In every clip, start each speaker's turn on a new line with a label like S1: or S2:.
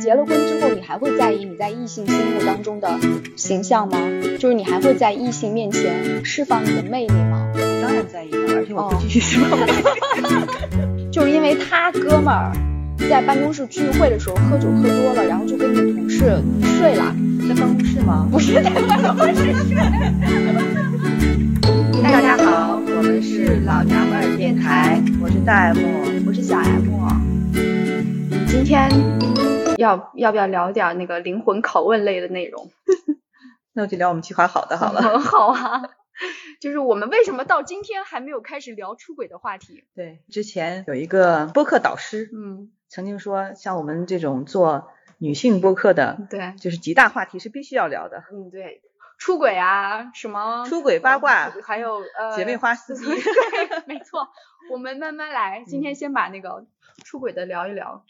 S1: 结了婚之后，你还会在意你在异性心目当中的形象吗？就是你还会在异性面前释放你的魅力吗？
S2: 当然在意了，而且我会继续释 放。
S1: 就是因为他哥们儿在办公室聚会的时候喝酒喝多了，然后就跟你的同事睡了，
S2: 在办公室吗？
S1: 不是在办公室睡。
S2: 大家好，我们是老娘们儿电台，我是大 M，
S1: 我是小 M。今天要要不要聊点儿那个灵魂拷问类的内容？
S2: 那我就聊我们计划好的好了。
S1: 很好啊， 就是我们为什么到今天还没有开始聊出轨的话题？
S2: 对，之前有一个播客导师
S1: 嗯，
S2: 曾经说，像我们这种做女性播客的，
S1: 嗯对，
S2: 就是几大话题是必须要聊的，
S1: 嗯对，出轨啊，什么
S2: 出轨八卦
S1: 嗯还有呃
S2: 姐妹花司 机嗯
S1: 对，没错，我们慢慢来。今天先把那个出轨的聊一聊。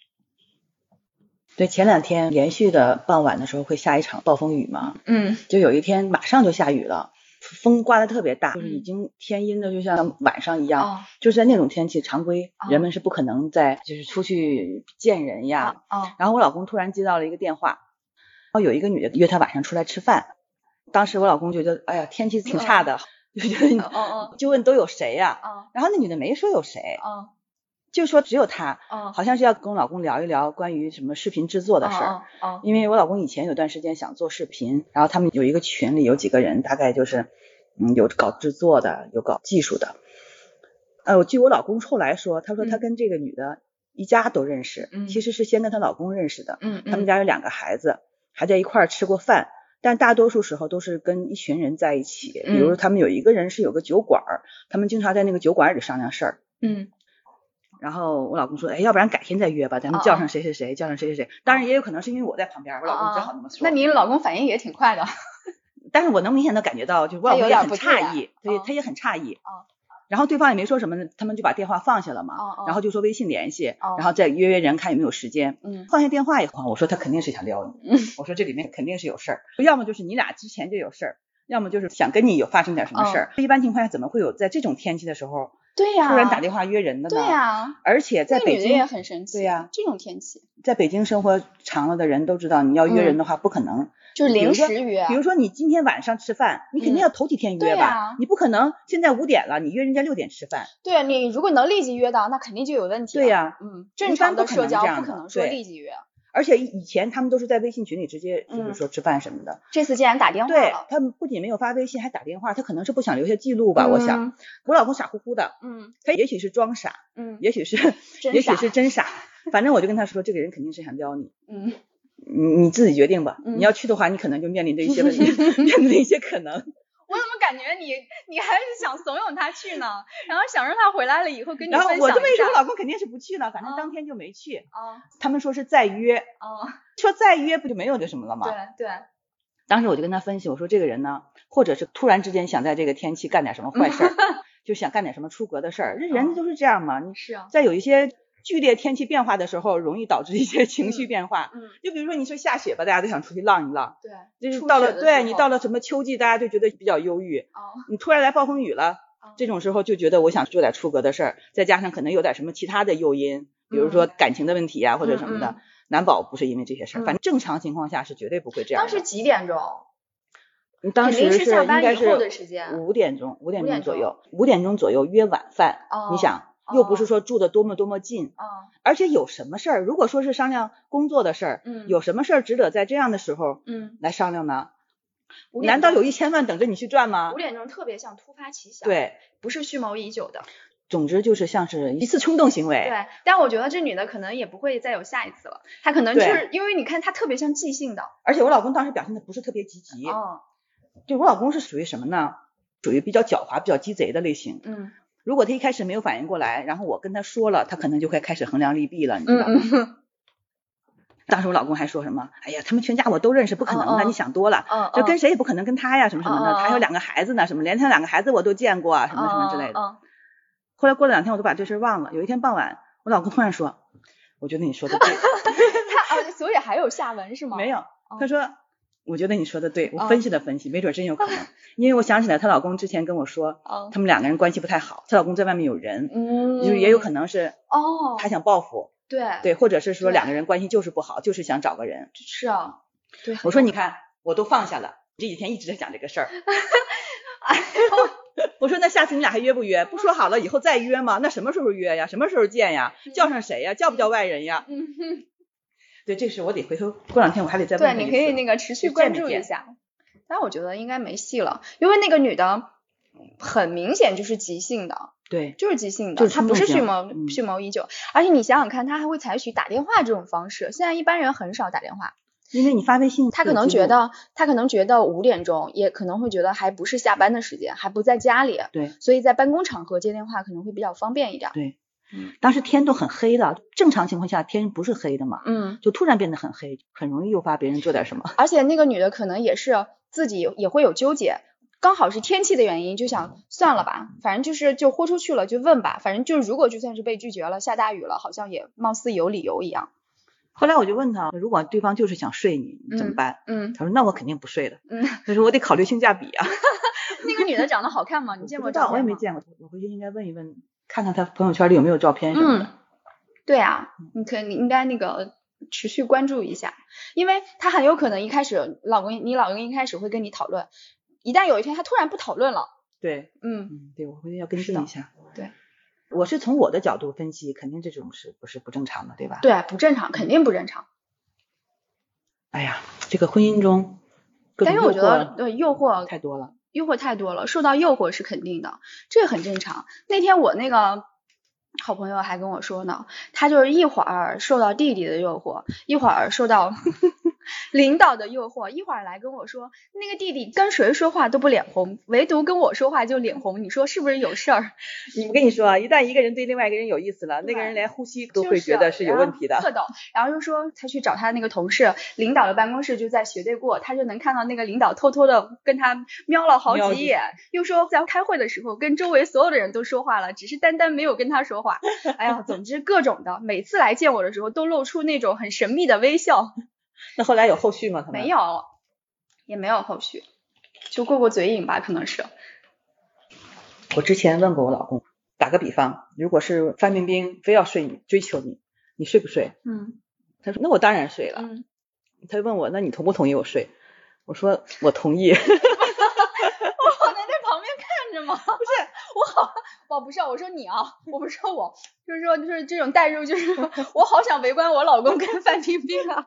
S2: 对，前两天连续的傍晚的时候会下一场暴风雨嘛，
S1: 嗯
S2: 就有一天马上就下雨了，风刮的特别大，就是
S1: 嗯
S2: 已经天阴的，就像晚上一样。
S1: 哦
S2: 就是在那种天气，常规
S1: 哦
S2: 人们是不可能在就是出去见人呀。
S1: 哦哦
S2: 然后我老公突然接到了一个电话，然后有一个女的约他晚上出来吃饭，当时我老公觉得，哎呀，天气挺差的， 就觉得你
S1: 哦哦
S2: 就问都有谁呀、
S1: 哦
S2: 然后那女的没说有谁，
S1: 哦
S2: 就说只有她，
S1: 哦，
S2: 好像是要跟我老公聊一聊关于什么视频制作的事儿。
S1: 哦哦
S2: 因为我老公以前有段时间想做视频，然后他们有一个群里有几个人，大概就是嗯有搞制作的，有搞技术的。呃，据我老公后来说，他说他
S1: 嗯
S2: 跟这个女的一家都认识，
S1: 嗯
S2: 其实是先跟她老公认识的，
S1: 嗯
S2: 他们
S1: 家
S2: 家有两个孩子，还在一块儿吃过饭。但大多数时候都是跟一群人在一起，比如
S1: 嗯
S2: 他们有一个人是有个酒馆儿，他们经常在那个酒馆儿里商量事儿。
S1: 嗯
S2: 然后我老公说，哎，要不然改天再约吧，咱们
S1: 哦
S2: 叫
S1: 哦
S2: 上谁谁谁，叫上谁谁谁。当然也有可能是因为我在旁边，我老公只好那么说。
S1: 哦那您老公反应也挺快的。
S2: 但是我能明显的感觉到，就是
S1: 他
S2: 我老公
S1: 有
S2: 也
S1: 点
S2: 很
S1: 不自
S2: 诧
S1: 然
S2: 异，对，
S1: 嗯
S2: 他也很诧异
S1: 嗯。
S2: 然后对方也没说什么，他们就把电话放下了嘛，
S1: 哦哦
S2: 然后就说微信联系，
S1: 哦
S2: 然后再约约人看有没有时间。
S1: 嗯
S2: 放下电话以后，我说他肯定是想撩你，
S1: 嗯
S2: 我说这里面肯定是有事儿，要么就是你俩之前就有事儿，要么就是想跟你有发生点什么事儿。一般情况下怎么会有在这种天气的时候
S1: 哦对呀，
S2: 突然打电话约人的呢？
S1: 对呀，
S2: 而且在
S1: 那
S2: 北
S1: 女的也
S2: 京，
S1: 很神奇。
S2: 对呀
S1: 这种天气
S2: 在北京生活长了的人都知道，你要约人
S1: 嗯
S2: 的话不可能，
S1: 就是
S2: 比
S1: 临
S2: 如说
S1: 时约啊
S2: 比。如说你今天晚上吃饭，你肯定要头几天
S1: 对啊
S2: 约吧，
S1: 呀
S2: 你不可能现在五点了，你约人家六点吃饭。
S1: 对啊你如果能立即约到，那肯定就有问题了。
S2: 对呀
S1: 嗯，
S2: 一
S1: 正
S2: 般
S1: 常
S2: 不
S1: 的
S2: 可
S1: 社
S2: 能
S1: 交
S2: 这样
S1: 不可
S2: 的
S1: 能说
S2: 对
S1: 立即约。
S2: 而且以前他们都是在微信群里直接就是
S1: 嗯哦
S2: 说吃饭什么的，
S1: 这次竟然打电话
S2: 对
S1: 了，
S2: 他们不仅没有发微信，还打电话，他可能是不想留下记录吧，我想。
S1: 嗯，
S2: 我老公傻乎乎的，
S1: 嗯
S2: 他也许是装傻，
S1: 嗯
S2: 也许是
S1: 真
S2: 也许
S1: 傻
S2: 是真傻，反正我就跟他说，这个人肯定是想撩你，
S1: 嗯，
S2: 你你自己决定吧，
S1: 嗯
S2: 你要去的话，你可能就面临着一些问题， 面临着一些可能。
S1: 我怎么感觉你你还是想怂恿他去呢？然后想让他回来了以后跟你
S2: 然后
S1: 分
S2: 我
S1: 享
S2: 就
S1: 一
S2: 为什
S1: 下
S2: 么老公肯定是不去呢？反正
S1: 啊
S2: 当天就没去，
S1: 啊
S2: 他们说是再约，
S1: 啊，
S2: 说再约不就没有这什么了吗？
S1: 对对，
S2: 当时我就跟他分析，我说这个人呢，或者是突然之间想在这个天气干点什么坏 事儿，就想干点什么出格的事儿，这
S1: 嗯
S2: 人就是这样嘛。你
S1: 是啊，
S2: 在有一些剧烈天气变化的时候，容易导致一些情绪
S1: 嗯
S2: 变化。
S1: 嗯，
S2: 就比如说你说下雪吧，大家都想出去浪一浪，
S1: 对，
S2: 就是
S1: 初
S2: 到
S1: 雪
S2: 了
S1: 的
S2: 对
S1: 时
S2: 你
S1: 候
S2: 到了什么秋季，大家就觉得比较忧郁。
S1: 哦
S2: 你突然来暴风雨了，
S1: 哦
S2: 这种时候就觉得我想做点出格的事儿，再加上可能有点什么其他的诱因，比如说
S1: 嗯
S2: 感情的问题啊、或者什么的
S1: 嗯。
S2: 难保不是因为这些事儿，
S1: 嗯
S2: 反正正常情况下是绝对不会这样
S1: 当
S2: 的。
S1: 时几点钟？哦
S2: 嗯当
S1: 肯定
S2: 时
S1: 是下
S2: 应
S1: 班
S2: 该
S1: 以后
S2: 是
S1: 的时间。
S2: 五点钟，五点
S1: 5
S2: 钟
S1: 点
S2: 左
S1: 钟
S2: 右，五点钟左右约晚饭。
S1: 哦
S2: 你想，又不是
S1: 哦
S2: 说住的多么多么近，
S1: 啊，
S2: 而且有什么事儿，如果说是商量工作的事儿，
S1: 嗯
S2: 有什么事儿值得在这样的时候
S1: 嗯，
S2: 来商量呢？
S1: 5点
S2: 难道
S1: 钟
S2: 有一千万等着你去赚吗
S1: 五？点钟特别像突发奇想？，
S2: 对，
S1: 不是蓄谋已久的。
S2: 总之就是像是一次冲动行为。
S1: 对，但我觉得这女的可能也不会再有下一次了，她可能就
S2: 对
S1: 是因为你看她特别像即兴的，
S2: 而且我老公当时表现的不是特别积极，
S1: 哦，
S2: 就我老公是属于什么呢？属于比较狡猾、比较鸡贼的类型。
S1: 嗯
S2: 如果他一开始没有反应过来，然后我跟他说了，他可能就会开始衡量利弊了，你知
S1: 嗯
S2: 道吗？
S1: 嗯
S2: 当时我老公还说什么，哎呀，他们全家我都认识，不可能的，
S1: 嗯嗯
S2: 你想多了，
S1: 嗯，
S2: 这跟谁也不可能跟他呀，什么什么
S1: 嗯
S2: 的，
S1: 嗯嗯
S2: 他有两个孩子呢，什么连他两个孩子我都见过，啊，什么什么之类的。
S1: 的。
S2: 后来过了两天，我都把这事儿忘了。有一天傍晚，我老公突然说，我觉得你说的对，
S1: 他啊，所以还有下文是吗？
S2: 没有，
S1: 哦
S2: 他说。我觉得你说的对，我
S1: 嗯
S2: 分析了分析，没准真有可能，因为我想起来她老公之前跟我说，
S1: 哦，
S2: 他们两个人关系不太好，她老公在外面有人，
S1: 嗯，
S2: 就是也有可能是
S1: 哦，
S2: 他想报复，
S1: 对
S2: 对，或者是说
S1: 对
S2: 两个人关系就是不好，就是想找个人。
S1: 是啊，对。
S2: 我说你看，我都放下了，这几天一直在讲这 个事儿。 我说那下次你俩还约不约？不说好了以后再约吗？那什么时候约呀？什么时候见呀？叫上谁呀？叫不叫外人呀？
S1: 嗯，
S2: 对，这事我得回头过两天我还得再问
S1: 对，
S2: 他
S1: 你
S2: 一
S1: 可以
S2: 次
S1: 那个持续
S2: 就
S1: 关
S2: 见
S1: 注
S2: 没
S1: 一
S2: 见
S1: 下。但我觉得应该没戏了，因为那个女的很明显就是急性的，
S2: 对
S1: 就是急性
S2: 就
S1: 的，
S2: 是
S1: 她
S2: 冲
S1: 不是
S2: 动
S1: 蓄
S2: 型
S1: 谋
S2: 嗯
S1: 蓄谋已久。而且你想想看，她还会采取打电话这种方式，现在一般人很少打电话。
S2: 因为你发微信，
S1: 他可能觉得，他可能觉得五点钟，也可能会觉得还不是下班的时间，还不在家里，
S2: 对
S1: 所以在办公场合接电话可能会比较方便一点。
S2: 对
S1: 嗯，
S2: 当时天都很黑了，正常情况下天不是黑的嘛，
S1: 嗯，
S2: 就突然变得很黑，很容易诱发别人做点什么。
S1: 而且那个女的可能也是自己也会有纠结，刚好是天气的原因，就想算了吧，反正就是就豁出去了，就问吧，反正就是如果就算是被拒绝了，下大雨了，好像也貌似有理由一样。
S2: 后来我就问他，如果对方就是想睡你，你怎么
S1: 嗯
S2: 办？
S1: 嗯
S2: 他说那我肯定不睡了，
S1: 嗯，
S2: 他说我得考虑性价比啊。
S1: 那个女的长得好看吗？你见
S2: 不
S1: 过
S2: 知道
S1: 照
S2: 我也
S1: 片
S2: 没
S1: 吗？
S2: 见过，我回去应该问一问，看看他朋友圈里有没有照片什么的。
S1: 嗯，对啊，你可你应该那个持续关注一下，因为他很有可能一开始老公你老公一开始会跟你讨论，一旦有一天他突然不讨论了，
S2: 对，
S1: 嗯，
S2: 嗯，对，我回去要跟
S1: 是
S2: 进
S1: 的
S2: 一下。
S1: 对，
S2: 我是从我的角度分析，肯定这种是不是不正常的，对吧？。
S1: 对，啊不正常，肯定不正常。
S2: 哎呀，这个婚姻中各
S1: 但
S2: 种
S1: 是
S2: 诱
S1: 我觉得
S2: 惑
S1: 对诱惑
S2: 太多了。
S1: 诱惑太多了，受到诱惑是肯定的，这很正常。那天我那个好朋友还跟我说呢，他就是一会儿受到弟弟的诱惑，一会儿受到 领导的诱惑，一会儿来跟我说那个弟弟跟谁说话都不脸红，唯独跟我说话就脸红，你说是不是有事儿？
S2: 你我跟你说啊，一旦一个人对另外一个人有意思了，那个
S1: 对
S2: 人连呼吸都
S1: 就
S2: 会觉得是有问题
S1: 啊特
S2: 的。
S1: 懂。然后就说他去找他那个同事，领导的办公室就在斜对过，他就能看到那个领导偷偷的跟他瞄了好
S2: 瞄
S1: 几
S2: 几
S1: 眼，又说在开会的时候跟周围所有的人都说话了，只是单单没有跟他说话。哎呀，总之各种的，每次来见我的时候都露出那种很神秘的微笑，
S2: 那后来有后续吗？他们
S1: 没。有，也没有后续，就过过嘴瘾吧，可能是。
S2: 我之前问过我老公，打个比方，如果是范冰冰非要睡你，追求你，你睡不睡？
S1: 嗯
S2: 他说那我当然睡了。
S1: 嗯，
S2: 他就问我那你同不同意我睡？我说我同意。
S1: 我能在旁边看着吗？ 不是，我好，我不是，我说你啊，我不是说我，就是说就是这种代入，就是我好想围观我老公跟范冰冰啊。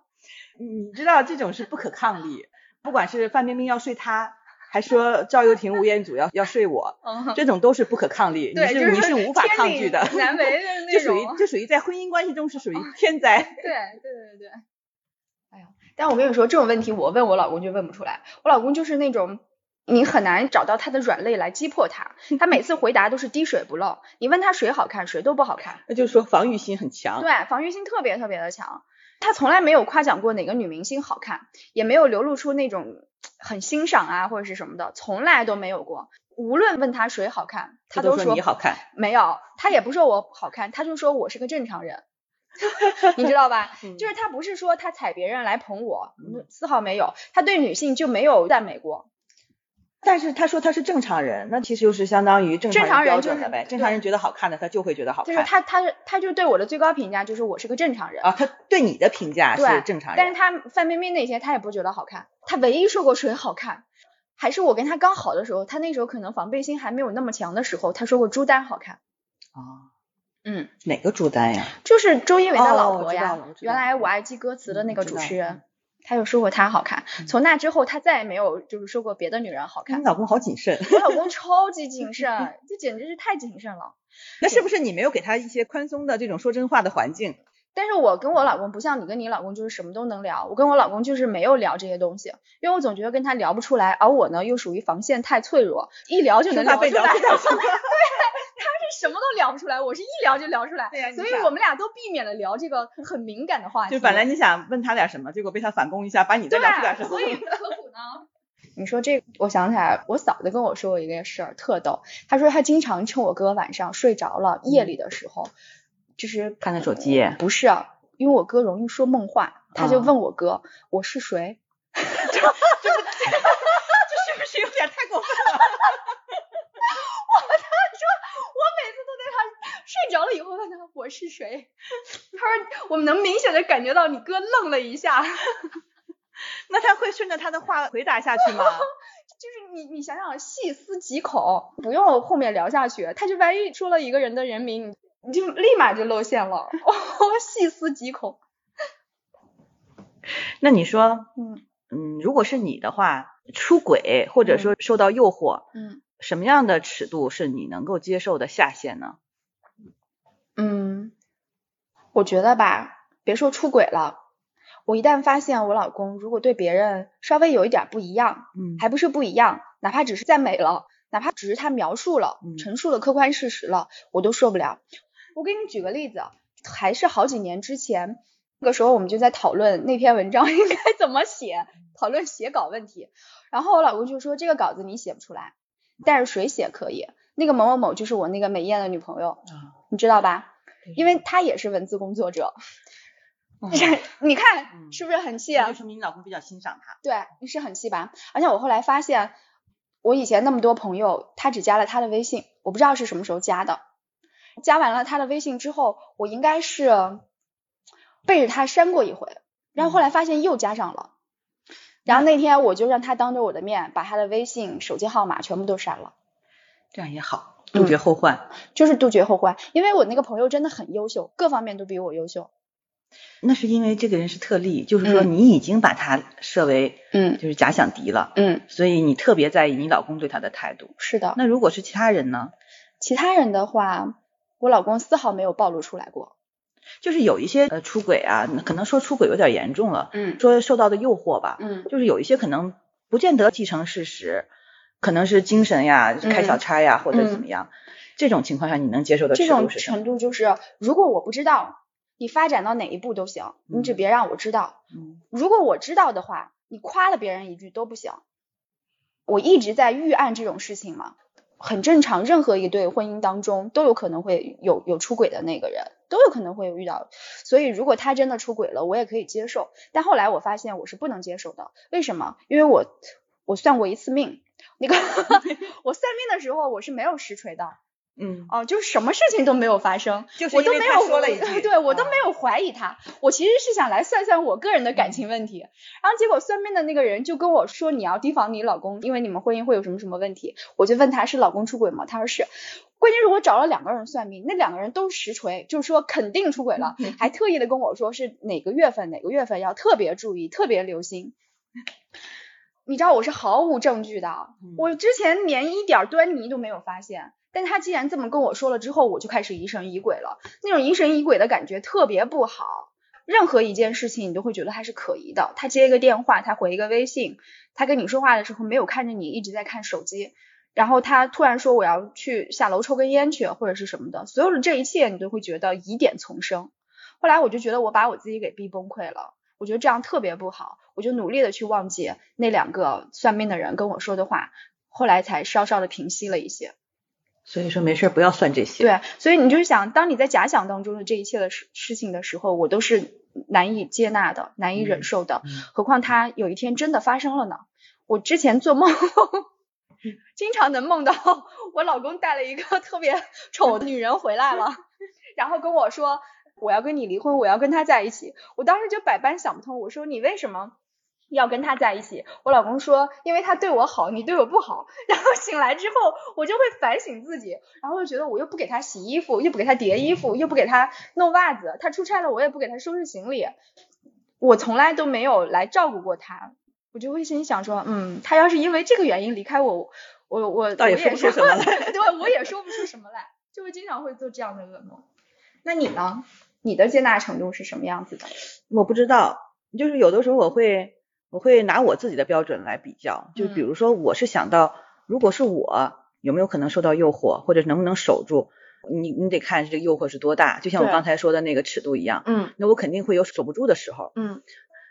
S2: 你知道这种是不可抗力，不管是范冰冰要睡他，还说赵又廷、吴彦祖要要睡我，
S1: 嗯，
S2: 这种都是不可抗力，你
S1: 对，
S2: 是、
S1: 就是
S2: 你是无法
S1: 天
S2: 抗
S1: 理
S2: 拒的，
S1: 难 为的
S2: 这
S1: 那
S2: 属于
S1: 种。
S2: 这属于在婚姻关系中是属于天灾。
S1: 对对对对。哎呦，但我跟你说，这种问题我问我老公就问不出来，我老公就是那种。你很难找到他的软肋来击破他，他每次回答都是滴水不漏。你问他谁好看，谁都不好看。
S2: 那就是说防御心很强，
S1: 对，防御性特别特别的强。他从来没有夸奖过哪个女明星好看，也没有流露出那种很欣赏啊或者是什么的，从来都没有过。无论问他谁好看，他
S2: 他
S1: 都
S2: 都说你好看。
S1: 没有，他也不说我好看，他就说我是个正常 人，你知道吧？就是他不是说他踩别人来捧我，
S2: 嗯
S1: 丝毫没有，他对女性就没有赞美过。
S2: 但是他说他是正常人，那其实就是相当于正
S1: 正常
S2: 常
S1: 人
S2: 标
S1: 就
S2: 准
S1: 是
S2: 了呗。正
S1: 对
S2: 常人觉得好看的，他就会觉得好
S1: 就是
S2: 看。
S1: 他他他就对我的最高评价就是我是个正常人。
S2: 啊，他对你的评价
S1: 对
S2: 是正常人，
S1: 但是他范冰冰那些他也不觉得好看，他唯一说过谁好看，还是我跟他刚好的时候，他那时候可能防备心还没有那么强的时候，他说过朱丹好看。
S2: 啊，
S1: 嗯，
S2: 哪个朱丹呀？
S1: 就是周一围的
S2: 哦
S1: 老
S2: 我
S1: 婆
S2: 知
S1: 呀，
S2: 道了我知
S1: 原
S2: 道
S1: 来我
S2: 嗯
S1: 爱记歌词的那
S2: 嗯
S1: 个
S2: 知
S1: 主
S2: 道
S1: 持
S2: 嗯
S1: 人，他有说过她好看。从那之后，他再也没有就是说过别的女人好
S2: 你
S1: 看。
S2: 老公好谨 慎，
S1: 我老公超级谨 慎，这简直是太谨慎了。
S2: 那是不是你没有给他一些宽松的这种说真话的环境？
S1: 但是我跟我老公不像你跟你老公就是什么都能聊，我跟我老公就是没有聊这些东西，因为我总觉得跟他聊不出来，而我呢又属于防线太脆弱，一聊就能
S2: 生怕
S1: 聊
S2: 被
S1: 出
S2: 聊
S1: 来。
S2: 出来
S1: 他是什么都聊不出来，我是一聊就聊出来，
S2: 对呀你
S1: 所以
S2: 看
S1: 我们俩都避免了聊这个很敏感的话题。
S2: 就本来你想问他点什么，结果被他反攻一下，把你再
S1: 对
S2: 聊出点什，么
S1: 所。以何苦呢？ 你说这个，我想起来，我嫂子跟我说过一个事儿，特逗。她说她经常趁我哥晚上睡着了，夜里的时候，就是
S2: 看他手机
S1: 不是啊，因为我哥容易说梦话，他就
S2: 啊
S1: 问我哥、我是谁，
S2: 这是不是有点太过分？
S1: 我每次都在他睡着了以后问他我是谁， 他说我们能明显的感觉到你哥愣了一下，
S2: 那他会顺着他的话回答下 去吗？
S1: 就是你你想想细思极恐，不用后面聊下去，他就万一说了一个人的人名，你就立马就露馅了， 哦，细思极恐，
S2: 那你说，
S1: 嗯
S2: 嗯，如果是你的话，出轨或者说受到诱惑，
S1: 嗯
S2: 什么样的尺度是你能够接受的下限呢？
S1: 嗯，我觉得吧，别说出轨了，我一旦发现我老公如果对别人稍微有一点不一样，
S2: 嗯
S1: 还不是不一样，哪怕只是赞美了，哪怕只是他描述了、
S2: 嗯
S1: 陈述了客观事实了，我都受不了。我给你举个例子，还是好几年之前，那个时候我们就在讨论那篇文章 应该怎么写，讨论写稿问题。然后我老公就说这个稿子你写不出来，但是谁写可以？那个某某某就是我那个美艳的女朋友，
S2: 啊
S1: 你知道吧？因为她也是文字工作者，你看
S2: 嗯
S1: 是不是很气
S2: 这
S1: 啊？
S2: 就说明你老公比较欣赏他。
S1: 对，你是很细吧？而且我后来发现，我以前那么多朋友，他只加了他的微信，我不知道是什么时候加的。加完了他的微信之后，我应该是背着他删过一回，然后后来发现又加上了。然嗯后那天我就让他当着我的面把他的微信、手机号码全部都删了，
S2: 这样也好，
S1: 嗯
S2: 杜绝后患。
S1: 就是杜绝后患。因为我那个朋友真的很优秀，各方面都比我优秀。
S2: 那是因为这个人是特例，就是说
S1: 嗯
S2: 你已经把他设为
S1: 嗯
S2: 就是假想敌了，
S1: 嗯，
S2: 所以你特别在意你老公对他的态度。
S1: 是的。
S2: 那如果是其他人呢？
S1: 其他人的话，我老公丝毫没有暴露出来过。
S2: 就是有一些呃出轨啊，可能说出轨有点严重了，
S1: 嗯
S2: 说受到的诱惑吧，
S1: 嗯
S2: 就是有一些可能不见得继承事实，可能是精神呀、开小差呀、或者怎么样，这种情况下你能接受
S1: 嗯
S2: 的
S1: 这
S2: 尺
S1: 种
S2: 度是什么？
S1: 程度就是，如果我不知道，你发展到哪一步都行，你只
S2: 嗯
S1: 别让我知道。
S2: 嗯
S1: 如果我知道的话，你夸了别人一句都不行。我一直在预案这种事情嘛，很正常。任何一对婚姻当中都有可能会有有出轨的那个人，都有可能会有遇到。所以如果他真的出轨了，我也可以接受。但后来我发现我是不能接受的，为什么？因为我我算过一次命，那个 我算命的时候我是没有实锤的。
S2: 嗯，
S1: 哦，就是什么事情都没有发生，
S2: 就是
S1: 我都
S2: 因为
S1: 没
S2: 他
S1: 有
S2: 说了一句
S1: 对我都
S2: 啊
S1: 没有怀疑他，我其实是想来算算我个人的感情问题，然后结果算命的那个人就跟我说你要提防你老公，因为你们婚姻会有什么什么问题，我就问他是老公出轨吗？他说是，关键是我找了两个人算命，那两个人都实锤，就是说肯定出轨了，
S2: 嗯
S1: 还特意的跟我说是哪个月份哪个月份要特别注意，特别留心。你知道我是毫无证据的，
S2: 嗯
S1: 我之前连一点儿端倪都没有发现，但他既然这么跟我说了之后，我就开始疑神疑鬼了，那种疑神疑鬼的感觉特别不好。任何一件事情，你都会觉得他是可疑的。他接一个电话，他回一个微信，他跟你说话的时候没有看着你，一直在看手机。然后他突然说我要去下楼抽根烟去，或者是什么的，所有的这一切你都会觉得疑点丛生。后来我就觉得我把我自己给逼崩溃了，我觉得这样特别不好，我就努力的去忘记那两个算命的人跟我说的话，后来才稍稍的平息了一些。
S2: 所以说没事儿不要算这些。，
S1: 对，所以你就是想，当你在假想当中的这一切的事事情的时候，我都是难以接纳的，难以忍
S2: 嗯
S1: 受的。
S2: 嗯
S1: 何况它有一天真的发生了呢？我之前做 梦，经常能梦到我老公带了一个特别丑的女人回来 了，然后跟我说我要跟你离婚，我要跟他在一起。我当时就百般想不通，我说你为什么？要跟他在一起，我老公说，因为他对我好，你对我不好。然后醒来之后，我就会反省自己，然后就觉得我又不给他洗衣服，又不给他叠衣服，又不给他弄袜子，他出差了我也不给他收拾行李，我从来都没有来照顾过他，我就会心想说，嗯，他要是因为这个原因离开我，我我
S2: 倒也
S1: 我
S2: 说不出什么来
S1: 对，我也说不出什么来，就会经常会做这样的噩梦。那你呢？你的接纳程度是什么样子的？
S2: 我不知道，就是有的时候我会我会拿我自己的标准来比较，就
S1: 嗯
S2: 比如说我是想到，如果是我有没有可能受到诱惑，或者能不能守住，你你得看这个诱惑是多大，就像我
S1: 对
S2: 刚才说的那个尺度一样，
S1: 嗯
S2: 那我肯定会有守不住的时候，
S1: 嗯，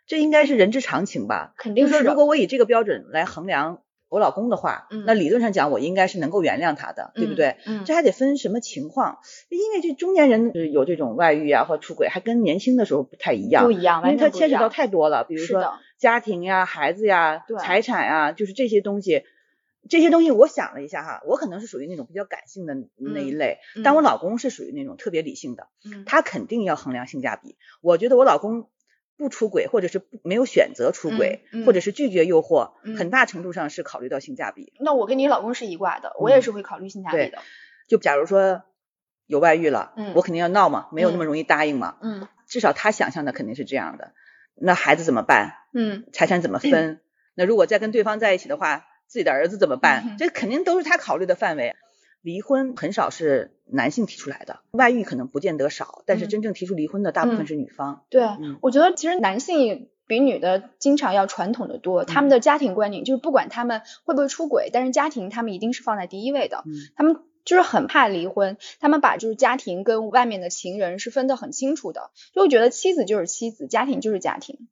S2: 这应该是人之常情吧。
S1: 肯
S2: 就
S1: 定
S2: 是说，
S1: 是的
S2: 如果我以这个标准来衡量我老公的话，
S1: 啊嗯
S2: 那理论上讲，我应该是能够原谅他的，对不对？？
S1: 嗯，
S2: 这还得分什么情况，因为这中年人就是有这种外遇啊或出轨，还跟年轻的时候不太一样
S1: 不，一样，
S2: 因为
S1: 完全
S2: 他
S1: 不一
S2: 牵扯到
S1: 样
S2: 太多了，比如
S1: 是
S2: 说
S1: 的
S2: 家庭呀、孩子呀
S1: 对、
S2: 财产呀，就是这些东西，这些东西我想了一下哈，我可能是属于那种比较感性的那一类，
S1: 嗯
S2: 但我老公是属于那种特别理性的，
S1: 嗯
S2: 他肯定要衡量性价比。我觉得我老公不出轨，或者是不没有选择出轨，
S1: 嗯嗯
S2: 或者是拒绝诱惑，
S1: 嗯
S2: 很大程度上是考虑到性价比。
S1: 那我跟你老公是一挂的，
S2: 嗯
S1: 我也是会考虑性价比的。
S2: 就假如说有外遇了，
S1: 嗯
S2: 我肯定要闹嘛，没有那么容易答应嘛。
S1: 嗯
S2: 至少他想象的肯定是这样的。那孩子怎么办？
S1: 嗯
S2: 财产怎么分？那如果再跟对方在一起的话，自己的儿子怎么
S1: 嗯
S2: 办
S1: 哼？
S2: 这肯定都是他考虑的范围。离婚很少是男性提出来的，外遇可能不见得少，但是
S1: 嗯
S2: 真正提出离婚的大部分是女方。
S1: 对，
S2: 嗯
S1: 我觉得其实男性比女的经常要传统的多，
S2: 嗯
S1: 他们的家庭观念就是不管他们会不会出轨，但是家庭他们一定是放在第一位的，
S2: 嗯
S1: 他们。就是很怕离婚，他们把就是家庭跟外面的情人是分得很清楚的，就会觉得妻子就是妻子，家庭就是家庭，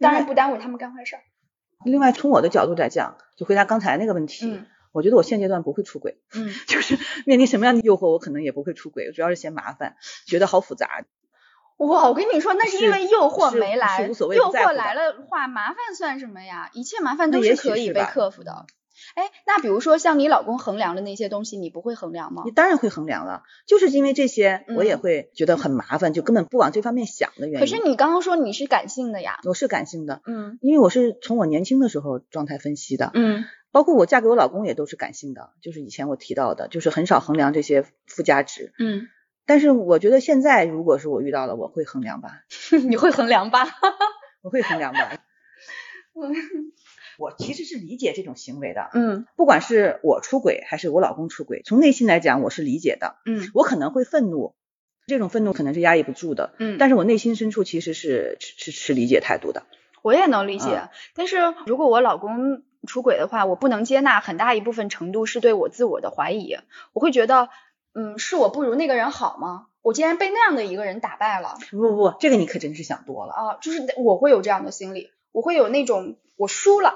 S1: 当然不耽误他们干坏事儿。
S2: 另外，从我的角度来讲，就回答刚才那个问题，
S1: 嗯
S2: 我觉得我现阶段不会出轨，
S1: 嗯
S2: 就是面临什么样的诱惑，我可能也不会出轨，主要是嫌麻烦，觉得好复杂。
S1: 哇，我跟你说，那是因
S2: 是
S1: 为诱惑
S2: 是
S1: 没
S2: 是
S1: 来，
S2: 无所谓
S1: 诱
S2: 不在
S1: 惑
S2: 乎
S1: 来了话，麻烦算什么呀？一切麻烦都
S2: 那也许
S1: 可以
S2: 是
S1: 被
S2: 吧
S1: 克服的。哎，那比如说像你老公衡量的那些东西，你不会衡量吗
S2: 你？当然会衡量了，就是因为这些，我也
S1: 嗯
S2: 会觉得很麻烦，就根本不往这方面想的原因。
S1: 可是你刚刚说你是感性的呀。
S2: 我是感性的，
S1: 嗯
S2: 因为我是从我年轻的时候状态分析的，
S1: 嗯
S2: 包括我嫁给我老公也都是感性的，就是以前我提到的，就是很少衡量这些附加值。
S1: 嗯，
S2: 但是我觉得现在如果是我遇到了，我会衡量吧，
S1: 嗯 你会衡量吧？
S2: 我会衡 量吧
S1: 嗯。
S2: 我其实是理解这种行为的，
S1: 嗯
S2: 不管是我出轨还是我老公出轨，从内心来讲我是理解的。
S1: 嗯
S2: 我可能会愤怒，这种愤怒可能是压抑不住的，
S1: 嗯，
S2: 但是我内心深处其实是是是持理解态度的。
S1: 我也能理解。
S2: 嗯
S1: 但是如果我老公出轨的话，我不能接纳很大一部分程度是对我自我的怀疑，我会觉得，嗯，是我不如那个人好吗？我竟然被那样的一个人打败了。
S2: 不不不，这个你可真是想多了。
S1: 啊，就是我会有这样的心理，我会有那种我输了，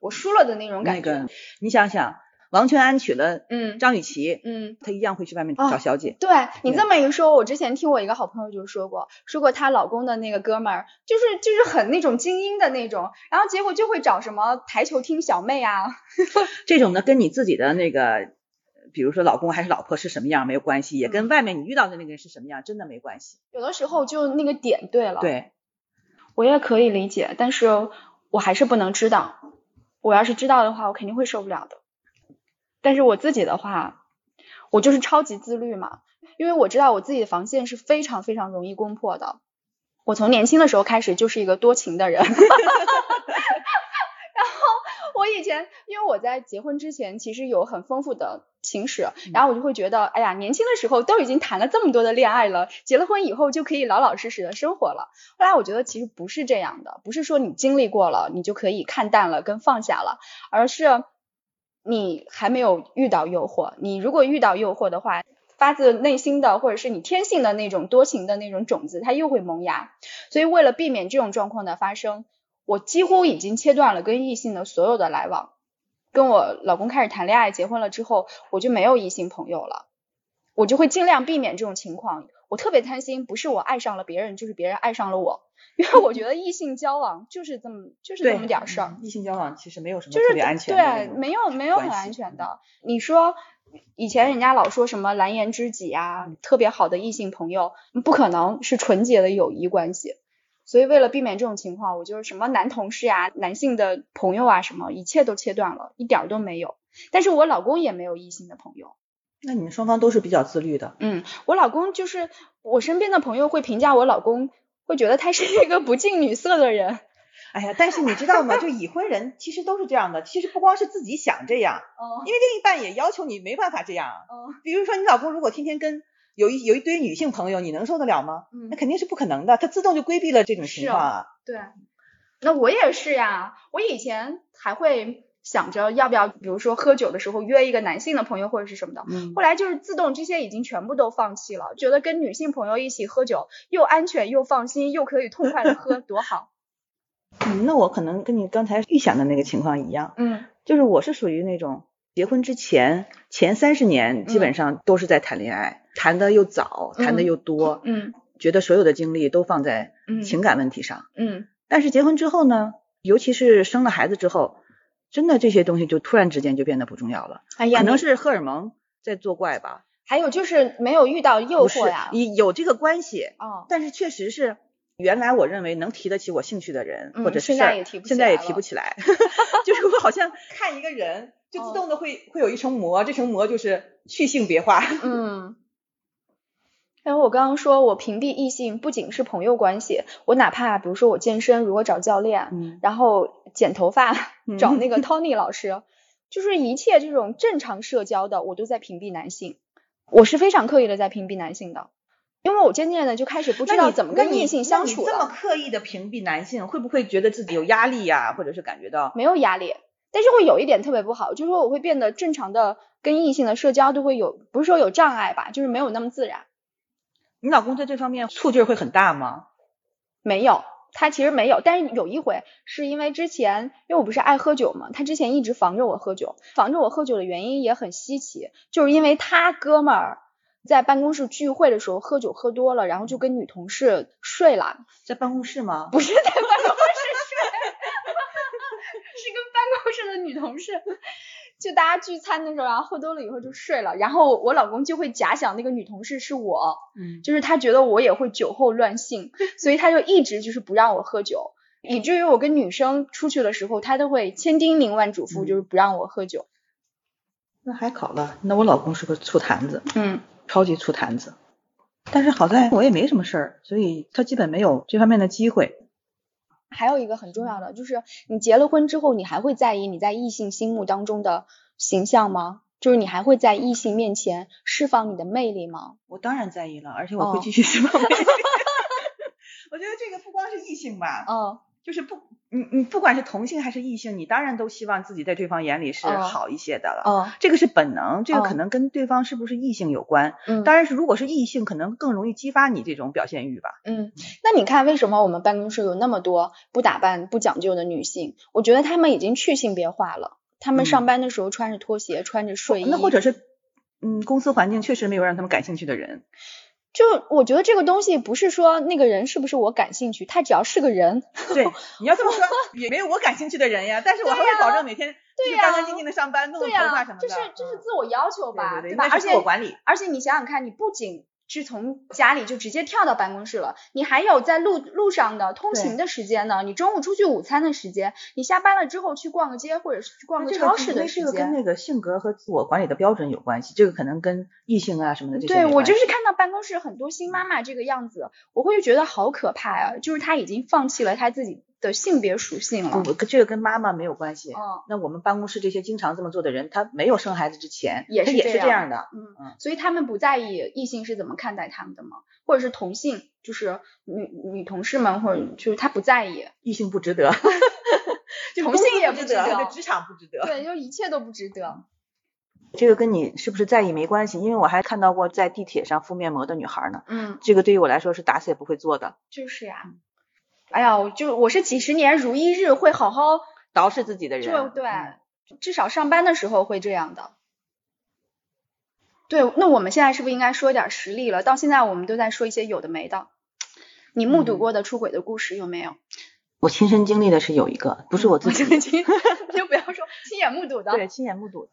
S1: 我输了的那种
S2: 那
S1: 感觉。
S2: 个，你想想，王全安娶了
S1: 嗯
S2: 张雨绮，
S1: 嗯，
S2: 她一样会去外面
S1: 啊
S2: 找小姐。
S1: 对你这么一说，我之前听我一个好朋友就说过，说过她老公的那个哥们儿，就是就是很那种精英的那种，然后结果就会找什么台球厅小妹啊，
S2: 这种呢，跟你自己的那个，比如说老公还是老婆是什么样没有关系，
S1: 嗯
S2: 也跟外面你遇到的那个人是什么样真的没关系。
S1: 有的时候就那个点对了。，
S2: 对，
S1: 我也可以理解，但是我还是不能知道，我要是知道的话，我肯定会受不了的。但是我自己的话，我就是超级自律嘛，因为我知道我自己的防线是非常非常容易攻破的。我从年轻的时候开始就是一个多情的人， 然后我以前因为我在结婚之前其实有很丰富的情史，然后我就会觉得，哎呀，年轻的时候都已经谈了这么多的恋爱了，结了婚以后就可以老老实实的生活了。后来我觉得其实不是这样的，不是说你经历过了，你就可以看淡了跟放下了。而是你还没有遇到诱惑。你如果遇到诱惑的话，发自内心的或者是你天性的那种多情的那种种子，它又会萌芽。所以为了避免这种状况的发生，我几乎已经切断了跟异性的所有的来往。跟我老公开始谈恋爱、结婚了之后，我就没有异性朋友了，我就会尽量避免这种情况。我特别贪心，不是我爱上了别人，就是别人爱上了我， 因为我觉得异性交往就是这么就是这么点儿事儿。
S2: 嗯异性交往其实没有什么
S1: 就
S2: 特
S1: 是
S2: 别安全的那
S1: 对，
S2: 种
S1: 没有没有很
S2: 关系
S1: 安全的。你说以前人家老说什么蓝颜知己
S2: 嗯
S1: 啊，特别好的异性朋友，不可能是纯洁的友谊关系。所以为了避免这种情况，我就是什么男同事呀、男性的朋友啊，什么一切都切断了，一点儿都没有。但是我老公也没有异性的朋友，
S2: 那你们双方都是比较自律的。
S1: 嗯，我老公就是我身边的朋友会评价我老公，会觉得他是一个不近女色的人。
S2: 哎呀，但是你知道吗？就已婚人其实都是这样的，其实不光是自己想这样，
S1: 哦
S2: 因为另一半也要求你没办法这样啊。
S1: 哦，
S2: 比如说你老公如果天天跟有一有一堆女性朋友，你能受得了吗？
S1: 嗯
S2: 那肯定是不可能的，他自动就规避了这种情况啊。
S1: 对，那我也是呀。我以前还会想着要不要，比如说喝酒的时候约一个男性的朋友或者是什么的。
S2: 嗯
S1: 后来就是自动这些已经全部都放弃了，觉得跟女性朋友一起喝酒又安全又放心，又可以痛快的喝，多 好。
S2: 嗯，那我可能跟你刚才预想的那个情况一样，
S1: 嗯
S2: 就是我是属于那种结婚之前前三十年基本上都是在谈恋爱，谈的又早，谈的又多，
S1: 嗯嗯
S2: 觉得所有的精力都放在
S1: 嗯
S2: 情感问题上。
S1: 嗯
S2: 但是结婚之后呢，尤其是生了孩子之后，真的这些东西就突然之间就变得不重要了。
S1: 哎呀，
S2: 可能
S1: 你
S2: 是荷尔蒙在作怪吧，
S1: 还有就是没有遇到诱
S2: 不是
S1: 惑呀，
S2: 你有这个关系，
S1: 哦，
S2: 但是确实是原来我认为能提得起我兴趣的人、
S1: 嗯
S2: 或者是
S1: 现
S2: 事
S1: 在
S2: 儿
S1: 也提不起
S2: 现在也
S1: 来
S2: 提
S1: 了
S2: 不起来， 就是我好像看一个人就
S1: 哦
S2: 自动的会、会有一层膜，这层膜就是去性别化。
S1: 嗯。还有我刚刚说，我屏蔽异性不仅是朋友关系，我哪怕比如说我健身，如果找教练，
S2: 嗯，
S1: 然后剪头发
S2: 嗯
S1: 找那个 Tony 老师，就是一切这种正常社交的，我都在屏蔽男性，我是非常刻意的在屏蔽男性的，因为我渐渐的就开始不知道怎么跟异性相处
S2: 这么
S1: 了，
S2: 刻意的屏蔽男性，会不会觉得自己有压力呀、或者是感觉到
S1: 没有压力，但是会有一点特别不好，就是说我会变得正常的跟异性的社交都会有，不是说有障碍吧，就是没有那么自然，
S2: 你老公在这方面醋劲儿会很大吗？
S1: 没有。他其实没有，但是有一回是因为之前，因为我不是爱喝酒嘛，他之前一直防着我喝酒，防着我喝酒的原因也很稀奇，就是因为他哥们儿在办公室聚会的时候喝酒喝多了，然后就跟女同事睡了，
S2: 在办公室吗？
S1: 不是在办公室睡， 是跟办公室的女同事，就大家聚餐的时候，然后喝多了以后就睡了，然后我老公就会假想那个女同事是我，
S2: 嗯，
S1: 就是他觉得我也会酒后乱性，所以他就一直就是不让我喝酒，以至于我跟女生出去的时候，他都会千叮咛万嘱咐，
S2: 嗯
S1: 就是不让我喝酒。
S2: 那还好了，那我老公是个醋坛子，
S1: 嗯，
S2: 超级醋坛子。但是好在我也没什么事儿，所以他基本没有这方面的机会。
S1: 还有一个很重要的就是，你结了婚之后，你还会在意你在异性心目当中的形象吗？就是你还会在异性面前释放你的魅力吗？
S2: 我当然在意了，而且
S1: 我
S2: 我
S1: 会
S2: 会
S1: 继
S2: 继续释放 我觉得这个不光是异性吧，
S1: 嗯，
S2: 就是不，你你不管是同性还是异性，你当然都希望自己在对方眼里是
S1: 嗯
S2: 好一些的了。
S1: 嗯
S2: 这个是本能，这个可
S1: 嗯
S2: 能跟对方是不是异性有关。
S1: 嗯，
S2: 当然是，如果是异性，可能更容易激发你这种表现欲吧。
S1: 嗯，那你看，为什么我们办公室有那么多不打扮、不讲究的女性？我觉得她们已经去性别化了。她们
S2: 嗯
S1: 上班的时候穿着拖鞋，穿着睡衣，
S2: 那或者是，嗯，公司环境确实没有让他们感兴趣的人。
S1: 就我觉得这个东西不是说那个人是不是我感兴趣，他只要是个人，
S2: 对，你要这么说也没有我感兴趣的人呀，但是我还会保证每天就是
S1: 呀
S2: 干干净净的上班，弄
S1: 对
S2: 弄头
S1: 呀、
S2: 发什么
S1: 这
S2: 的。
S1: 是这是
S2: 嗯
S1: 自我要求吧，
S2: 对对对，
S1: 吧？
S2: 那
S1: 而
S2: 是
S1: 且
S2: 自我管理。
S1: 而且你想想看，你不仅是从家里就直接跳到办公室了，你还有在路路上的通行的时间呢，你中午出去午餐的时间，你下班了之后去逛个街或者是去逛
S2: 那
S1: 个
S2: 这
S1: 超
S2: 个
S1: 市
S2: 因为
S1: 的
S2: 这
S1: 时
S2: 个跟
S1: 间。
S2: 那个性格和自我管理的标准有关系，这个可能跟异性啊什么的这些
S1: 对
S2: 没
S1: 我
S2: 关
S1: 就
S2: 系
S1: 是看到办公室很多新妈妈这个样子，我会觉得好可怕呀、就是她已经放弃了她自己的性别属性了。
S2: 不，这个跟妈妈没有关系。
S1: 嗯
S2: 那我们办公室这些经常这么做的人，他没有生孩子之前，
S1: 也
S2: 他
S1: 是
S2: 也
S1: 这
S2: 是这
S1: 样
S2: 样的。
S1: 嗯
S2: 嗯，
S1: 所以他们不在意异性是怎么看待他们的吗？或者是同性，就是女女同事们，或者就是他不在意，
S2: 异性不值得， 就是
S1: 同
S2: 公
S1: 性
S2: 司
S1: 也
S2: 不
S1: 不
S2: 值
S1: 值得
S2: 对职场不值得。
S1: 对，就一切都不值得。
S2: 这个跟你是不是在意没关系，因为我还看到过在地铁上敷面膜的女孩呢。
S1: 嗯，
S2: 这个对于我来说是打死也不会做的，
S1: 就是呀、哎呀，我就我是几十年如一日会好好
S2: 捯饬自己的人。
S1: 就对
S2: 嗯，
S1: 至少上班的时候会这样的。对，那我们现在是不是应该说点实例了？到现在我们都在说一些有的没的。你目睹
S2: 嗯
S1: 过的出轨的故事有没有？
S2: 我亲身经历的是有一个，不是我自己的，
S1: 就亲， 就不要说亲眼目睹的。
S2: 对，亲眼目睹，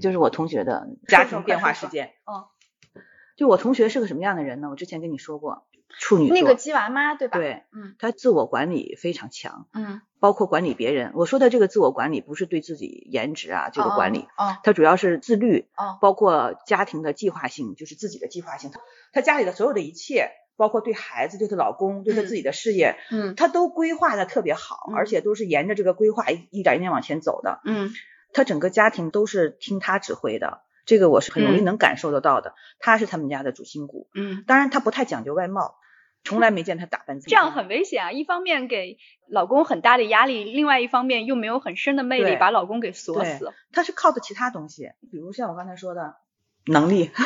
S2: 就是我同学的家
S1: 说
S2: 庭
S1: 快
S2: 变化
S1: 说
S2: 事
S1: 说
S2: 件。
S1: 嗯，
S2: 就我同学是个什么样的人呢？我之前跟你说过，处女座。
S1: 那个鸡娃妈对吧？，
S2: 对，
S1: 嗯
S2: 他自我管理非常强，
S1: 嗯，
S2: 包括管理别人。我说的这个自我管理，不是对自己颜值啊这个管理，
S1: 哦，哦
S2: 他主要是自律，
S1: 哦
S2: 包括家庭的计划性，就是自己的计划性。他家里的所有的一切，包括对孩子、对她老公、对她
S1: 嗯
S2: 自己的事业，
S1: 嗯
S2: 他都规划的特别好，
S1: 嗯
S2: 而且都是沿着这个规划一一点一点往前走的。
S1: 嗯
S2: 他整个家庭都是听他指挥的，这个我是很容易
S1: 嗯
S2: 能感受得到的。他是他们家的主心骨，
S1: 嗯，
S2: 当然他不太讲究外貌，从来没见他打扮自己。
S1: 这样很危险啊！一方面给老公很大的压力，另外一方面又没有很深的魅力
S2: 对
S1: 把老公给锁
S2: 对
S1: 死。
S2: 他是靠的其他东西，比如像我刚才说的能力，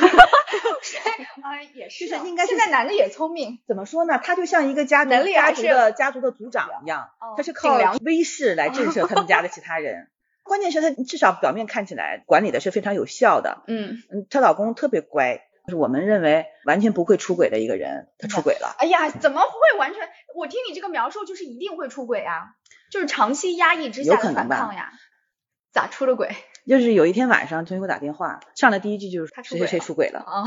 S1: 啊，也是
S2: 就是
S1: 啊
S2: 应该
S1: 现
S2: 是
S1: 在男的也聪明，
S2: 怎么说呢？他就像一个家族
S1: 能力
S2: 家
S1: 还
S2: 族
S1: 是
S2: 的家族的族长一样，
S1: 哦
S2: 他是
S1: 顶
S2: 靠
S1: 梁
S2: 威势来震慑他们家的其 他人。关键是他至少表面看起来管理的是非常有效的，
S1: 嗯，
S2: 嗯，她老公特别乖，就是我们认为完全不会出轨的一个人，他出轨了。
S1: 哎呀，怎么会完全？我听你这个描述，就是一定会出轨啊，就是长期压抑之
S2: 有
S1: 下
S2: 可
S1: 的
S2: 能
S1: 反
S2: 吧
S1: 抗呀。咋出的轨？
S2: 就是有一天晚上，同学给我打电话，上来第一句就是
S1: 他出
S2: 谁
S1: 轨
S2: 谁谁
S1: 了
S2: 出轨了。
S1: 啊，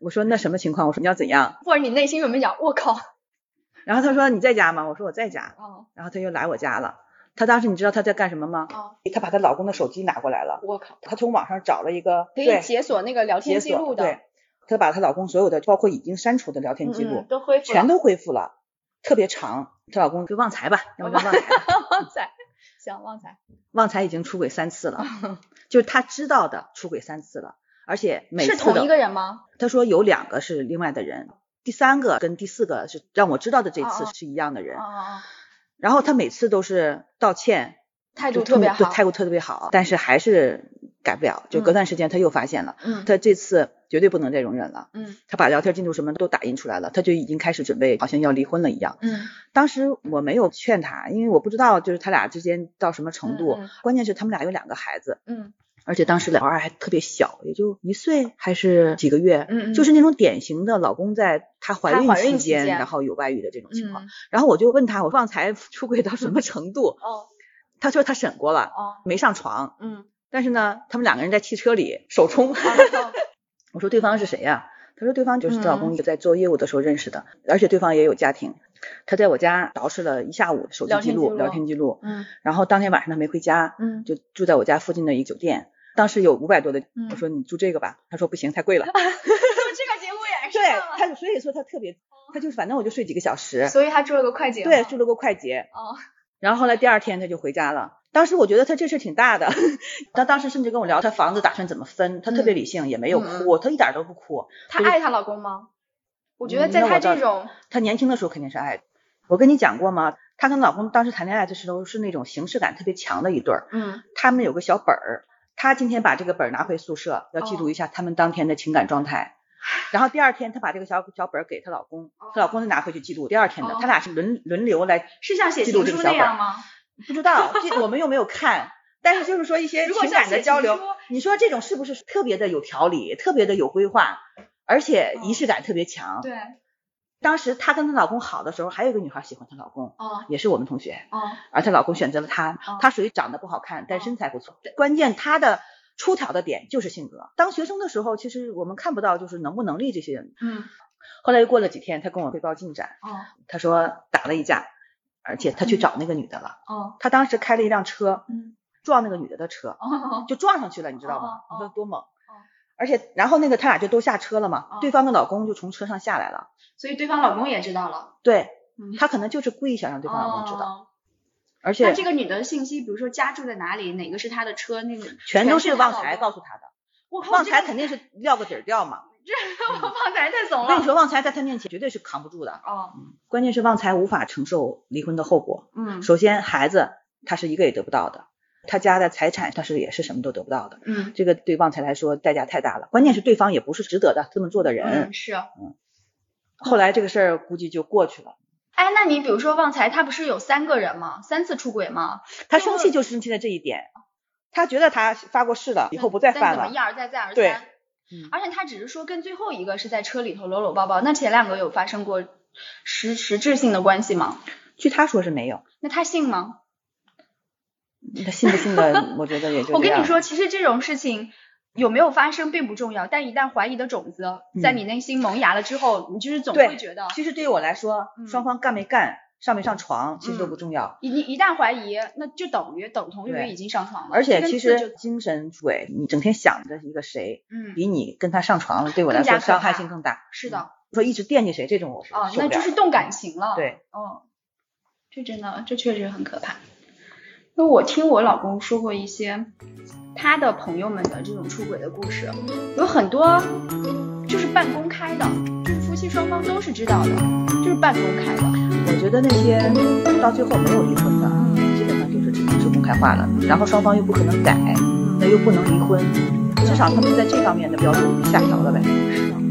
S2: 我说那什么情况？我说你要怎样？
S1: 或者你内心有没有讲，我靠，
S2: 然后他说你在家吗？我说我在家。
S1: 啊
S2: 然后他又来我家了。他当时你知道他在干什么吗？
S1: 啊，
S2: 她把她老公的手机拿过来了，
S1: 我靠，
S2: 她从网上找了一个
S1: 可以
S2: 对
S1: 解锁那个聊天
S2: 解
S1: 记
S2: 锁
S1: 录的，
S2: 对，她把她老公所有的，包括已经删除的聊天
S1: 嗯
S2: 记录
S1: 嗯、都恢复
S2: 全
S1: 了。
S2: 都恢复了，特别长。她老公就旺财吧，要不就旺 财吧，
S1: 旺仔，行，旺仔，
S2: 旺财已经出轨三次 了，就是她知道的出轨三次了，而且每次
S1: 是同
S2: 的
S1: 一个人吗？
S2: 他说有两个是另外的人，第三个跟第四个是让我知道的这次
S1: 哦哦
S2: 是一样的人。
S1: 啊啊啊，
S2: 然后他每次都是道歉，
S1: 态
S2: 就
S1: 度特别
S2: 对
S1: 好，
S2: 态度特别好，但是还是改不了。就
S1: 嗯
S2: 隔段时间他又发现了，
S1: 嗯
S2: 他这次绝对不能再容忍了。
S1: 嗯
S2: 他把聊天记录什么都打印出来了，他就已经开始准备好像要离婚了一样。
S1: 嗯，
S2: 当时我没有劝他，因为我不知道就是他俩之间到什么程度。
S1: 嗯嗯
S2: 关键是他们俩有两个孩子，
S1: 嗯
S2: 而且当时老二还特别小，也就一岁还是几个月，
S1: 嗯嗯
S2: 就是那种典型的老公在她怀
S1: 她
S2: 孕
S1: 怀孕
S2: 期
S1: 期
S2: 间，
S1: 间
S2: 然后有外遇的这种情况。
S1: 嗯，？
S2: 然后我就问他，我旺财出轨到什么程度
S1: 哦
S2: 他说他审过了，
S1: 哦，
S2: 没上床。
S1: 嗯，
S2: 但是呢，他们两个人在汽车里手冲。 嗯
S1: 哦
S2: 我说对方是谁呀、他说对方就是她老公
S1: 嗯
S2: 在做业务的时候认识的，而且对方也有家庭。他在我家捯饬了一下午手机
S1: 聊
S2: 记
S1: 天记
S2: 录、
S1: 录
S2: 聊天记录，
S1: 嗯
S2: 然后当天晚上他没回家，
S1: 嗯，
S2: 就住在我家附近的一酒店。当时有五百多的，
S1: 嗯
S2: 我说你住这个吧，他说不行，太贵了。
S1: 这个节目也是
S2: 对，他所以说他特别，他就是反正我就睡几个小时，
S1: 所以他住了个快捷嘛，
S2: 对，住了个快捷。
S1: 哦，
S2: 然后后来第二天他就回家了。当时我觉得他这事儿挺大的， 他当时甚至跟我聊他房子打算怎么分，他特别理性，也没有
S1: 嗯
S2: 哭，他一点儿都不哭。
S1: 她爱她老公吗？我觉得
S2: 嗯
S1: 在
S2: 那我
S1: 她
S2: 倒
S1: 这
S2: 是
S1: 种，
S2: 他年轻的时候肯定是爱的。我跟你讲过吗？她跟老公当时谈恋爱的时候是那种形式感特别强的一对儿，
S1: 嗯
S2: 他们有个小本儿，她今天把这个本儿拿回宿舍，要记录一
S1: 哦
S2: 下他们当天的情感状态。然后第二天，她把这个小小本儿给她老公，她老公就拿回去记录第二天的
S1: 哦。
S2: 他俩是轮轮流来，
S1: 是像写
S2: 记录
S1: 情
S2: 这个
S1: 书
S2: 小
S1: 那
S2: 本儿
S1: 样吗？
S2: 不知道这我们又没有看，但是就是说一些
S1: 如果
S2: 情
S1: 像
S2: 感
S1: 写
S2: 的交
S1: 情
S2: 流
S1: 书，，
S2: 你说这种是不是特别的有条理，特别的有规划，而且仪式感特别强？
S1: 哦对，
S2: 当时她跟她老公好的时候，还有一个女孩喜欢她老公，
S1: 哦
S2: 也是我们同学，
S1: 哦，
S2: 而她老公选择了她
S1: 哦。
S2: 她属于长得不好看，但
S1: 哦
S2: 身材不错。关键她的出挑的点就是性格。当学生的时候，其实我们看不到就是能不能力这些人。
S1: 嗯
S2: 后来又过了几天，她跟我汇报进展，
S1: 哦
S2: 她说打了一架，而且她去
S1: 嗯
S2: 找那个女的了。
S1: 哦
S2: 她当时开了一辆车，
S1: 嗯
S2: 撞那个女的的车，
S1: 哦
S2: 就撞上去了，你知道吗？
S1: 哦哦
S2: 你说多猛！而且，然后那个他俩就都下车了嘛，
S1: 哦
S2: 对方的老公就从车上下来了，
S1: 所以对方老公也知道了，
S2: 对
S1: 嗯
S2: 他可能就是故意想让对方老公知道，
S1: 道。
S2: 而
S1: 那
S2: 且
S1: 这个女的信息，比如说家住在哪里，哪个是她的车，那个
S2: 全都
S1: 是
S2: 是
S1: 她
S2: 旺
S1: 老
S2: 财
S1: 公
S2: 告诉他的，
S1: 我靠
S2: 旺
S1: 这
S2: 财
S1: 个
S2: 肯定是撂个底儿掉嘛。
S1: 旺财太怂
S2: 我跟你
S1: 了。
S2: 说，旺财在他面前绝对是扛不住的，
S1: 哦，
S2: 关键是旺财无法承受离婚的后果。
S1: 嗯
S2: 首先，孩子他是一个也得不到的，他家的财产他是也是什么都得不到的，
S1: 嗯
S2: 这个对旺财来说代价太大了。关键是对方也不是值得的这么做的人。
S1: 嗯是。哎，
S2: 后来这个事儿估计就过去了。
S1: 哎那你比如说旺财，他不是有三个人吗？三次出轨吗？
S2: 他
S1: 就
S2: 生
S1: 是
S2: 气就是生气在这一点，他觉得他发过誓了，以后不再
S1: 但
S2: 犯
S1: 怎么
S2: 了。
S1: 一而再再而
S2: 对
S1: 三。
S2: 嗯
S1: 而且他只是说跟最后一个是在车里头搂搂抱抱，那前两个有发生过实实质性的关系吗？
S2: 据他说是没有，
S1: 那他信吗？
S2: 他信不信 的，我觉得也就
S1: 我
S2: 这
S1: 跟
S2: 样
S1: 你，说，其实这种事情有没有发生并不重要，但一旦怀疑的种子
S2: 嗯
S1: 在你内心萌芽了之后，你就是总
S2: 对
S1: 会觉得，
S2: 其实对于我来说，
S1: 嗯
S2: 双方干没干，上没上床，其实都不重要。
S1: 一一旦怀疑，那就等于等同于
S2: 对
S1: 已经上床了。
S2: 而且
S1: 这跟
S2: 其
S1: 自就
S2: 实精神出轨，你整天想着一个谁，
S1: 嗯，
S2: 比你跟他上床了，对我来
S1: 更加
S2: 说
S1: 可
S2: 伤害
S1: 怕
S2: 性更大。
S1: 是的，
S2: 说一直惦记谁这种我是
S1: 哦，
S2: 受
S1: 那
S2: 不了
S1: 就是
S2: 的
S1: 动感情了。
S2: 对，
S1: 哦，这真的，这确实很可怕。因为我听我老公说过一些他的朋友们的这种出轨的故事，有很多就是半公开的，就是夫妻双方都是知道的，就是半公开的。
S2: 我觉得那些到最后没有离婚的，基本上就是只能是公开化了，然后双方又不可能改，那又不能离婚，至少他们在这方面的标准下调了呗。
S1: 是的。